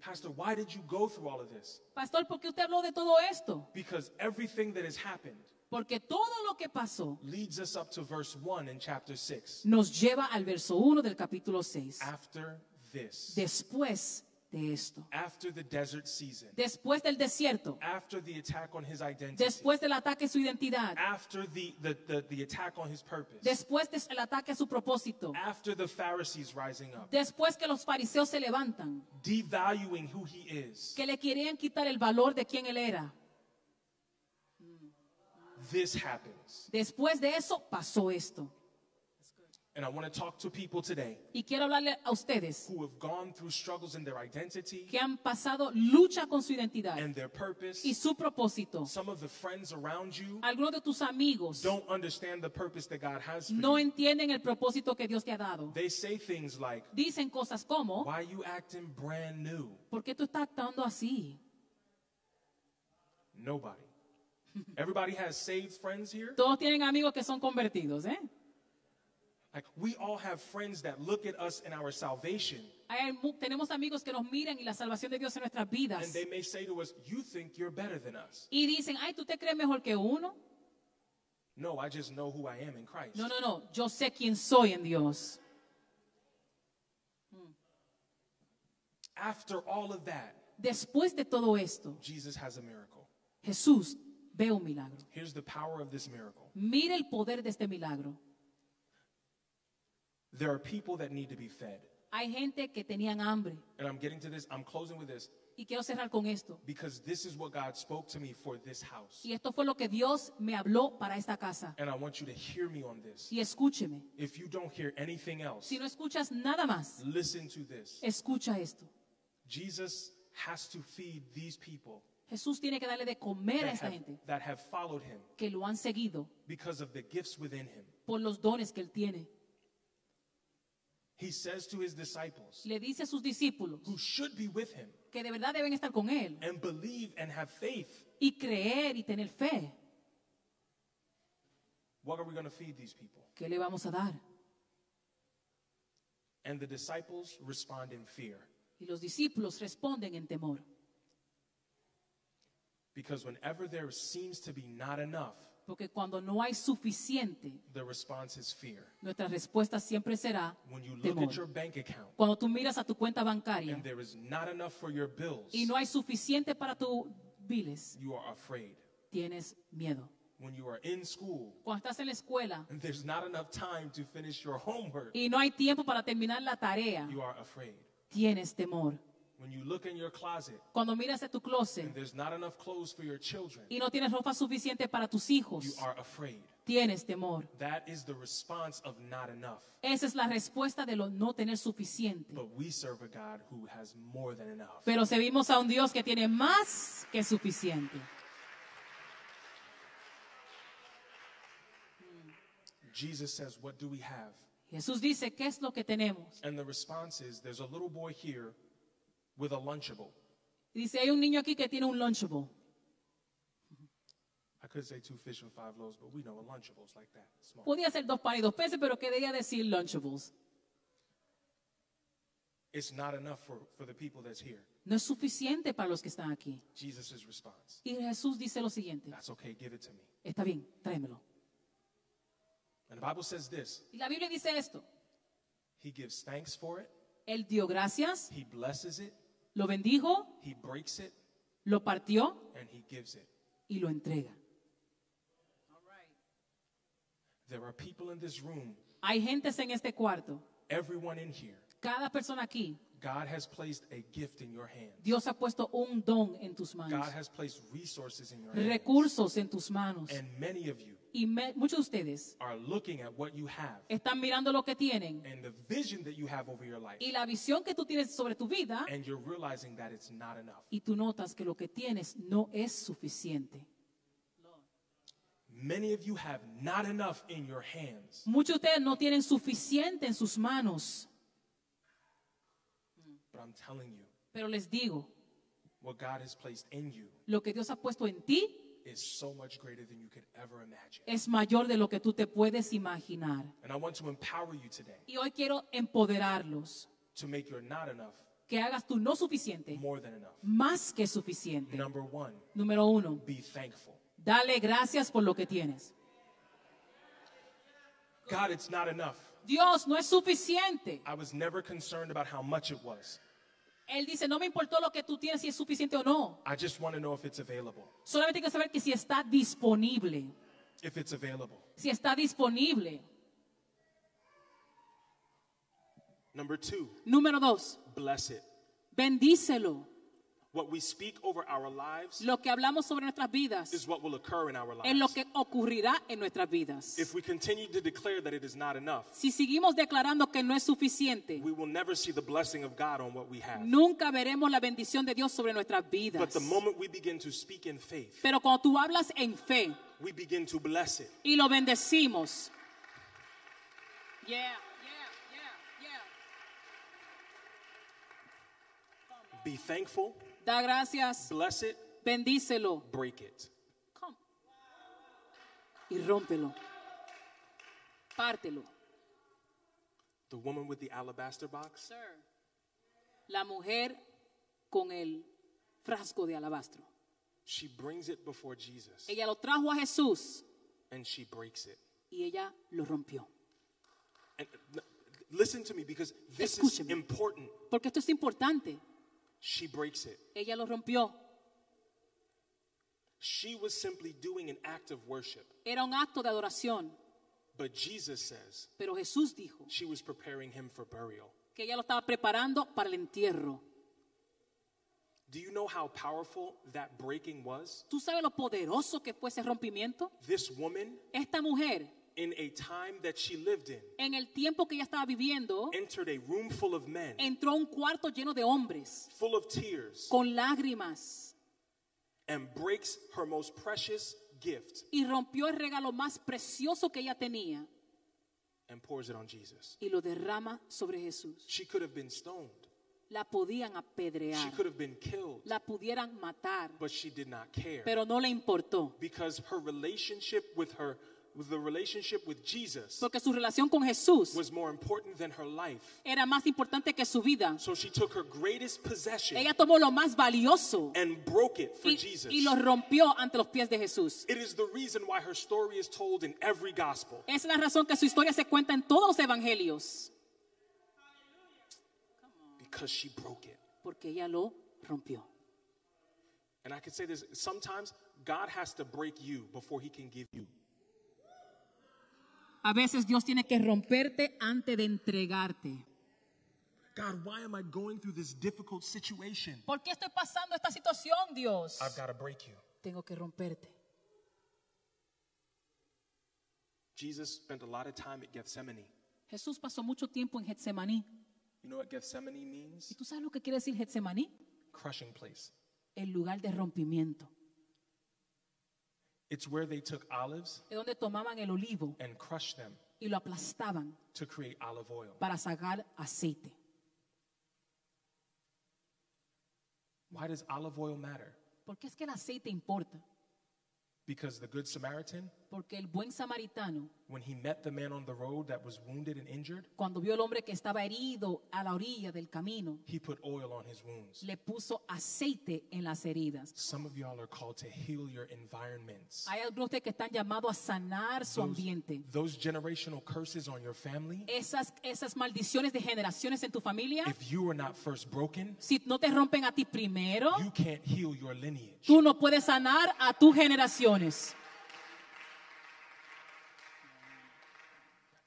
Speaker 3: Pastor, why did you go through all of this?
Speaker 4: Pastor, ¿por qué usted habló de todo esto?
Speaker 3: Because everything that has happened
Speaker 4: Porque todo lo que pasó
Speaker 3: leads us up to verse 1 in chapter 6.
Speaker 4: nos lleva al verso 1 del capítulo 6.
Speaker 3: After this,
Speaker 4: Después de esto,
Speaker 3: after the desert season,
Speaker 4: después del desierto,
Speaker 3: after the attack on his identity,
Speaker 4: después del ataque a su identidad,
Speaker 3: after the, the, the, the attack on his purpose,
Speaker 4: después del ataque a su propósito,
Speaker 3: after the Pharisees rising up,
Speaker 4: después que los fariseos se levantan,
Speaker 3: devaluing who he is,
Speaker 4: que le querían quitar el valor de quien él era.
Speaker 3: this happens.
Speaker 4: Después de eso pasó esto.
Speaker 3: And I want to talk to people today
Speaker 4: Y quiero hablarle a ustedes
Speaker 3: who have gone through struggles in their identity
Speaker 4: que han pasado lucha con su identidad
Speaker 3: and their purpose.
Speaker 4: y su propósito.
Speaker 3: Some of the friends around you
Speaker 4: Algunos de tus amigos
Speaker 3: don't understand the purpose that God has for
Speaker 4: no
Speaker 3: you.
Speaker 4: entienden el propósito que Dios te ha dado.
Speaker 3: They say things like,
Speaker 4: Dicen cosas como,
Speaker 3: Why you acting brand new?
Speaker 4: ¿por qué tú estás actuando así?
Speaker 3: Nobody. Everybody has saved friends here.
Speaker 4: Todos tienen amigos que son convertidos, ¿eh?
Speaker 3: Like, we all have friends that look at us in our salvation
Speaker 4: Hay mu- tenemos amigos que nos miran y la salvación de Dios en nuestras
Speaker 3: and
Speaker 4: vidas.
Speaker 3: they may say to us, You think you're better than us.
Speaker 4: Y dicen, ay, ¿tú te crees mejor que uno?
Speaker 3: No, I just know who I am in Christ.
Speaker 4: No, no, no, yo sé quién soy en Dios.
Speaker 3: After all of that,
Speaker 4: Después de todo esto,
Speaker 3: Jesus has a miracle.
Speaker 4: Jesús ve un milagro.
Speaker 3: Here's the power of this miracle
Speaker 4: Mira el poder de este milagro.
Speaker 3: there are people that need to be fed.
Speaker 4: Hay gente que tenían hambre.
Speaker 3: And I'm getting to this, I'm closing with this
Speaker 4: Y quiero cerrar con esto.
Speaker 3: because this is what God spoke to me for this house.
Speaker 4: Y esto fue lo que Dios me habló para esta casa.
Speaker 3: And I want you to hear me on this.
Speaker 4: Y escúcheme.
Speaker 3: If you don't hear anything else,
Speaker 4: Si no escuchas nada más,
Speaker 3: listen to this.
Speaker 4: escucha esto.
Speaker 3: Jesus has to feed these people
Speaker 4: Jesús tiene que darle de comer a
Speaker 3: that
Speaker 4: esta
Speaker 3: have,
Speaker 4: gente
Speaker 3: that have followed him
Speaker 4: que lo han seguido
Speaker 3: because of the gifts within him.
Speaker 4: por los dones que él tiene.
Speaker 3: He says to his disciples,
Speaker 4: Le dice a sus discípulos
Speaker 3: who should be with him
Speaker 4: que de verdad deben estar con él
Speaker 3: and believe and have faith,
Speaker 4: y creer y tener fe.
Speaker 3: what are we going to feed these people?
Speaker 4: ¿Qué le vamos a dar?
Speaker 3: And the disciples respond in fear
Speaker 4: Y los discípulos responden en temor.
Speaker 3: because whenever there seems to be not enough,
Speaker 4: Porque cuando no hay suficiente,
Speaker 3: the response is fear.
Speaker 4: nuestra respuesta siempre será
Speaker 3: When you look at your
Speaker 4: temor.
Speaker 3: bank account
Speaker 4: Cuando tú miras a tu cuenta bancaria
Speaker 3: and there is not enough for your bills,
Speaker 4: y no hay suficiente para tus biles,
Speaker 3: you are afraid.
Speaker 4: tienes miedo.
Speaker 3: When you are in school
Speaker 4: Cuando estás en la escuela
Speaker 3: and there's not enough time to finish your homework,
Speaker 4: y no hay tiempo para terminar la tarea,
Speaker 3: you are afraid.
Speaker 4: tienes temor.
Speaker 3: When you look in your closet
Speaker 4: Cuando miras a tu
Speaker 3: and
Speaker 4: closet
Speaker 3: there's not enough clothes for your children,
Speaker 4: y no tienes ropa suficiente para tus
Speaker 3: you
Speaker 4: hijos,
Speaker 3: are afraid.
Speaker 4: tienes temor.
Speaker 3: That is the response of not enough.
Speaker 4: Esa es la respuesta de lo no tener suficiente.
Speaker 3: But we serve a God who has more than enough.
Speaker 4: Pero servimos a un Dios que tiene más que suficiente.
Speaker 3: Jesus says, What do we have?
Speaker 4: Jesús dice, ¿qué es lo que tenemos?
Speaker 3: And the response is, There's a little boy here with a Lunchable.
Speaker 4: Y dice, hay un niño aquí que tiene un Lunchable.
Speaker 3: I could say two fish and five loaves, but we know a Lunchable's like that, small.
Speaker 4: Podía ser dos panes y dos peces, pero quería decir Lunchables.
Speaker 3: It's not enough for, for the people that's here.
Speaker 4: No es suficiente para los que están aquí.
Speaker 3: Jesus' response,
Speaker 4: Y Jesús dice lo siguiente,
Speaker 3: That's okay, give it to me.
Speaker 4: está bien, tráemelo.
Speaker 3: And the Bible says this
Speaker 4: Y la Biblia dice esto,
Speaker 3: He gives thanks for it,
Speaker 4: él dio gracias,
Speaker 3: He blesses it,
Speaker 4: lo bendijo,
Speaker 3: He breaks it,
Speaker 4: lo partió
Speaker 3: and He gives it.
Speaker 4: y lo entrega.
Speaker 3: There are people in this room,
Speaker 4: Hay gentes en este cuarto,
Speaker 3: everyone in here,
Speaker 4: cada persona aquí,
Speaker 3: God has placed a gift in your hand.
Speaker 4: Dios ha puesto un don en tus manos,
Speaker 3: God has placed resources in your hand.
Speaker 4: recursos en tus manos.
Speaker 3: And many of you
Speaker 4: Y me- muchos de ustedes
Speaker 3: are looking at what you have
Speaker 4: están mirando lo que tienen
Speaker 3: and the vision that you have over your life,
Speaker 4: y la visión que tú tienes sobre tu vida
Speaker 3: and you're realizing that it's not enough.
Speaker 4: y tú notas que lo que tienes no es suficiente.
Speaker 3: Many of you have not enough in your hands.
Speaker 4: Muchos de ustedes no tienen suficiente en sus manos,
Speaker 3: But I'm telling you,
Speaker 4: pero les digo,
Speaker 3: what God has placed in you
Speaker 4: lo que Dios ha puesto en ti
Speaker 3: is so much greater than you could ever imagine.
Speaker 4: es mayor de lo que tú te puedes imaginar.
Speaker 3: And I want to empower you today
Speaker 4: Y hoy quiero empoderarlos,
Speaker 3: to make your not enough
Speaker 4: que hagas tu no suficiente
Speaker 3: more than enough.
Speaker 4: más que suficiente.
Speaker 3: Number one,
Speaker 4: Número uno,
Speaker 3: be thankful.
Speaker 4: dale gracias por lo que tienes.
Speaker 3: God, it's not enough.
Speaker 4: Dios no es suficiente.
Speaker 3: I was never concerned about how much it was.
Speaker 4: Él dice, no me importó lo que tú tienes, si es suficiente o no.
Speaker 3: I just want to know if it's available.
Speaker 4: Solamente hay que saber que si está disponible,
Speaker 3: If it's available.
Speaker 4: si está disponible.
Speaker 3: Number two,
Speaker 4: Número dos,
Speaker 3: bless it.
Speaker 4: bendícelo.
Speaker 3: What we speak over our lives
Speaker 4: Lo que hablamos sobre nuestras vidas
Speaker 3: is what will occur in our
Speaker 4: es lo
Speaker 3: lives.
Speaker 4: que ocurrirá en nuestras vidas.
Speaker 3: If we continue to declare that it is not enough,
Speaker 4: Si seguimos declarando que no es suficiente,
Speaker 3: we will never see the blessing of God on what we have.
Speaker 4: nunca veremos la bendición de Dios sobre nuestras
Speaker 3: But
Speaker 4: vidas.
Speaker 3: the moment we begin to speak in faith,
Speaker 4: Pero cuando tú hablas en fe
Speaker 3: we begin to bless it.
Speaker 4: y lo bendecimos, Yeah, yeah, yeah, yeah.
Speaker 3: Be thankful,
Speaker 4: da gracias,
Speaker 3: bless it,
Speaker 4: bendícelo
Speaker 3: break it.
Speaker 4: Come. y rómpelo, pártelo.
Speaker 3: The woman with the alabaster box,
Speaker 4: La mujer con el frasco de alabastro.
Speaker 3: she brings it before Jesus
Speaker 4: Ella lo trajo a Jesús
Speaker 3: and she breaks it.
Speaker 4: y ella lo rompió.
Speaker 3: And uh, n- listen to me because this is
Speaker 4: Escúcheme.
Speaker 3: important.
Speaker 4: Porque esto es importante.
Speaker 3: She breaks it.
Speaker 4: Ella lo rompió.
Speaker 3: She was simply doing an act of worship,
Speaker 4: Era un acto de adoración,
Speaker 3: but Jesus says
Speaker 4: pero Jesús dijo
Speaker 3: she was preparing him for burial.
Speaker 4: que ella lo estaba preparando para el entierro.
Speaker 3: Do you know how powerful that breaking was?
Speaker 4: ¿Tú sabes lo poderoso que fue ese rompimiento?
Speaker 3: This woman,
Speaker 4: Esta mujer,
Speaker 3: in a time that she lived in,
Speaker 4: en el tiempo que ella estaba viviendo,
Speaker 3: entered a room full of men,
Speaker 4: entró a un cuarto lleno de hombres,
Speaker 3: full of tears,
Speaker 4: con lágrimas,
Speaker 3: and breaks her most precious gift
Speaker 4: y rompió el regalo más precioso que ella tenía
Speaker 3: and pours it on Jesus.
Speaker 4: y lo derrama sobre Jesús.
Speaker 3: She could have been stoned,
Speaker 4: La podían
Speaker 3: she
Speaker 4: apedrear,
Speaker 3: could have been killed,
Speaker 4: la pudieran matar,
Speaker 3: but she did not care
Speaker 4: pero no le importó,
Speaker 3: because her relationship with her, with the relationship with Jesus,
Speaker 4: porque su relación con Jesús
Speaker 3: was more important than her life.
Speaker 4: era más importante que su vida.
Speaker 3: So she took her greatest possession
Speaker 4: Ella tomó lo más valioso
Speaker 3: and broke it for
Speaker 4: y,
Speaker 3: Jesus.
Speaker 4: y lo rompió ante los pies de Jesús.
Speaker 3: It is the reason why her story is told in every gospel.
Speaker 4: Esa es la razón que su historia se cuenta en todos los evangelios,
Speaker 3: because she broke it.
Speaker 4: porque ella lo rompió.
Speaker 3: And I can say this sometimes God has to break you before he can give you.
Speaker 4: A veces Dios tiene que romperte antes de entregarte.
Speaker 3: God, why am I going through this difficult situation?
Speaker 4: ¿Por qué estoy pasando esta situación, Dios?
Speaker 3: I've got to break you.
Speaker 4: Tengo que romperte.
Speaker 3: Jesus spent a lot of time at Gethsemane.
Speaker 4: Jesús pasó mucho tiempo en Getsemaní.
Speaker 3: You know what Gethsemane
Speaker 4: ¿Y
Speaker 3: means?
Speaker 4: tú sabes lo que quiere decir Getsemaní?
Speaker 3: Crushing place.
Speaker 4: El lugar de rompimiento.
Speaker 3: It's where they took olives
Speaker 4: de donde tomaban el olivo
Speaker 3: and crushed them
Speaker 4: y lo aplastaban
Speaker 3: to create olive oil.
Speaker 4: para sacar aceite.
Speaker 3: Why does olive oil matter?
Speaker 4: Porque es que el aceite importa?
Speaker 3: Because the Good Samaritan,
Speaker 4: Porque el buen samaritano,
Speaker 3: when he met the man on the road that was wounded and injured,
Speaker 4: cuando vio al hombre que estaba herido a la orilla del camino,
Speaker 3: he put oil on his wounds.
Speaker 4: le puso aceite en las heridas.
Speaker 3: Some of y'all are called to heal your environments.
Speaker 4: Hay algunos de ustedes que están llamados a sanar su
Speaker 3: Those,
Speaker 4: ambiente.
Speaker 3: those generational curses on your family,
Speaker 4: Esas, esas maldiciones de generaciones en tu familia,
Speaker 3: if you were not first broken,
Speaker 4: si no te rompen a ti primero,
Speaker 3: you can't heal your lineage.
Speaker 4: tú no puedes sanar a tus generaciones.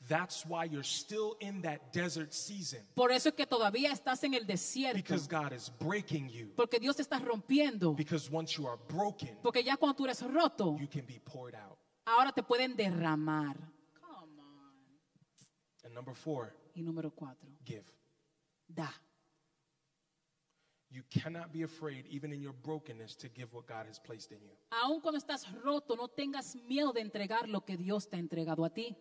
Speaker 3: That's why you're still in that desert season
Speaker 4: Por eso es que todavía estás en el desierto.
Speaker 3: because God is breaking you.
Speaker 4: Porque Dios te está rompiendo.
Speaker 3: Because once you are broken,
Speaker 4: Porque ya cuando tú eres roto,
Speaker 3: you can be poured out.
Speaker 4: ahora te pueden derramar.
Speaker 3: And number four,
Speaker 4: Y número cuatro,
Speaker 3: give.
Speaker 4: da.
Speaker 3: You cannot be afraid, even in your brokenness, to give what God has placed in you.
Speaker 4: Aun cuando estás roto, no tengas miedo de entregar lo que Dios te ha entregado a ti.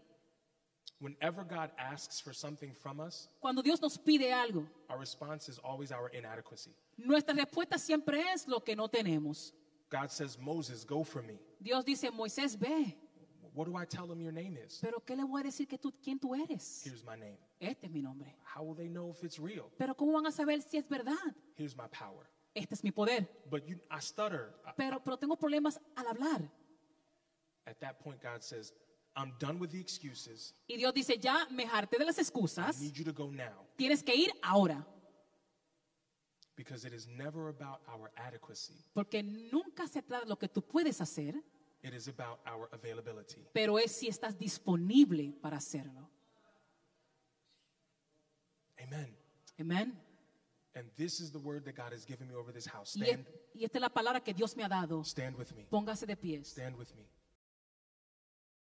Speaker 3: Whenever God asks for something from us,
Speaker 4: Cuando Dios nos pide algo,
Speaker 3: our response is always our inadequacy.
Speaker 4: nuestra respuesta siempre es lo que no tenemos.
Speaker 3: God says, Moses, go for me.
Speaker 4: Dios dice, Moisés, ve,
Speaker 3: What do I tell him your name is?
Speaker 4: pero ¿qué le voy a decir que tú, quién tú eres?
Speaker 3: Here's my name.
Speaker 4: Este es mi nombre.
Speaker 3: How will they know if it's real?
Speaker 4: Pero ¿cómo van a saber si es verdad?
Speaker 3: Here's my power.
Speaker 4: Este es mi poder.
Speaker 3: But you, I stutter. I-
Speaker 4: Pero, pero tengo problemas al hablar.
Speaker 3: At that point, God says, I'm done with the excuses.
Speaker 4: Y Dios dice, ya me harté de las
Speaker 3: I
Speaker 4: excusas,
Speaker 3: need you to go now
Speaker 4: tienes que ir ahora,
Speaker 3: because it is never about our adequacy,
Speaker 4: porque nunca se trata de lo que tú puedes hacer,
Speaker 3: it is about our availability.
Speaker 4: pero es si estás disponible para hacerlo.
Speaker 3: Amen.
Speaker 4: Amén.
Speaker 3: And this is the word that God has given me over this house.
Speaker 4: Y, es-
Speaker 3: Stand,
Speaker 4: y esta es la palabra que Dios me ha dado.
Speaker 3: stand with me.
Speaker 4: Póngase de pie.
Speaker 3: Stand with me.